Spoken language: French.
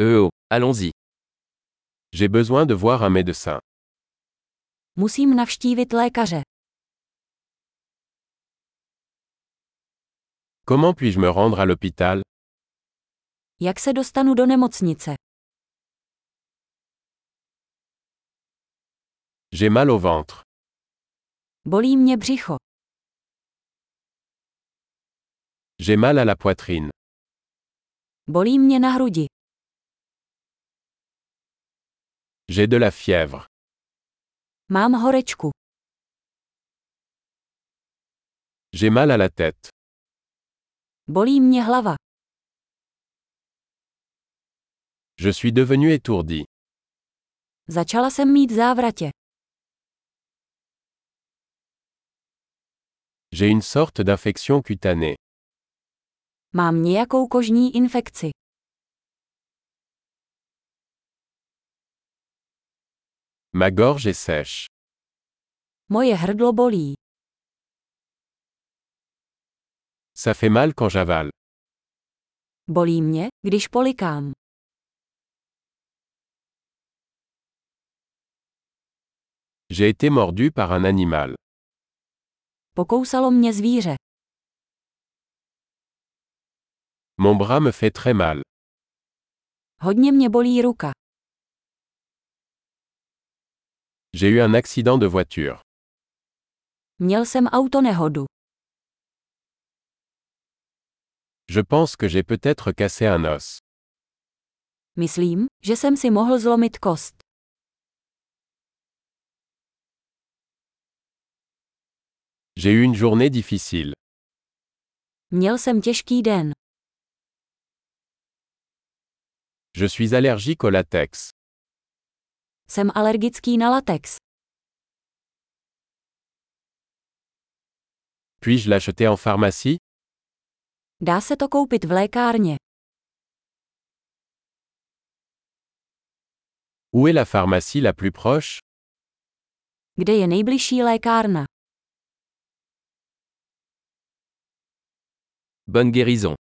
Euh oh, allons-y. J'ai besoin de voir un médecin. Musím navštívit lékaře. Comment puis-je me rendre à l'hôpital Jak se dostanu do nemocnice? J'ai mal au ventre. Bolí mě břicho. J'ai mal à la poitrine. Bolí mě na hrudi. J'ai de la fièvre. Mám horečku. J'ai mal à la tête. Bolí mě hlava. Je suis devenu étourdi. Začala jsem mít závratě. J'ai une sorte d'infection cutanée. Mám nějakou kožní infekci. Ma gorge est sèche. Moje hrdlo bolí. Ça fait mal quand j'avale. Bolí mě, když polikám. J'ai été mordu par un animal. Pokousalo mě zvíře. Mon bras me fait très mal. Hodně mě bolí ruka. J'ai eu un accident de voiture. Měl jsem autonehodu. Je pense que j'ai peut-être cassé un os. Myslím, že jsem si mohl zlomit kost. J'ai eu une journée difficile. Měl jsem těžký den. Je suis allergique au latex. Jsem alergický na latex. Puis-je l'acheter en pharmacie Dá se to koupit v lékárně. Où est la pharmacie la plus proche Kde je nejbližší lékárna? Bonne guérison.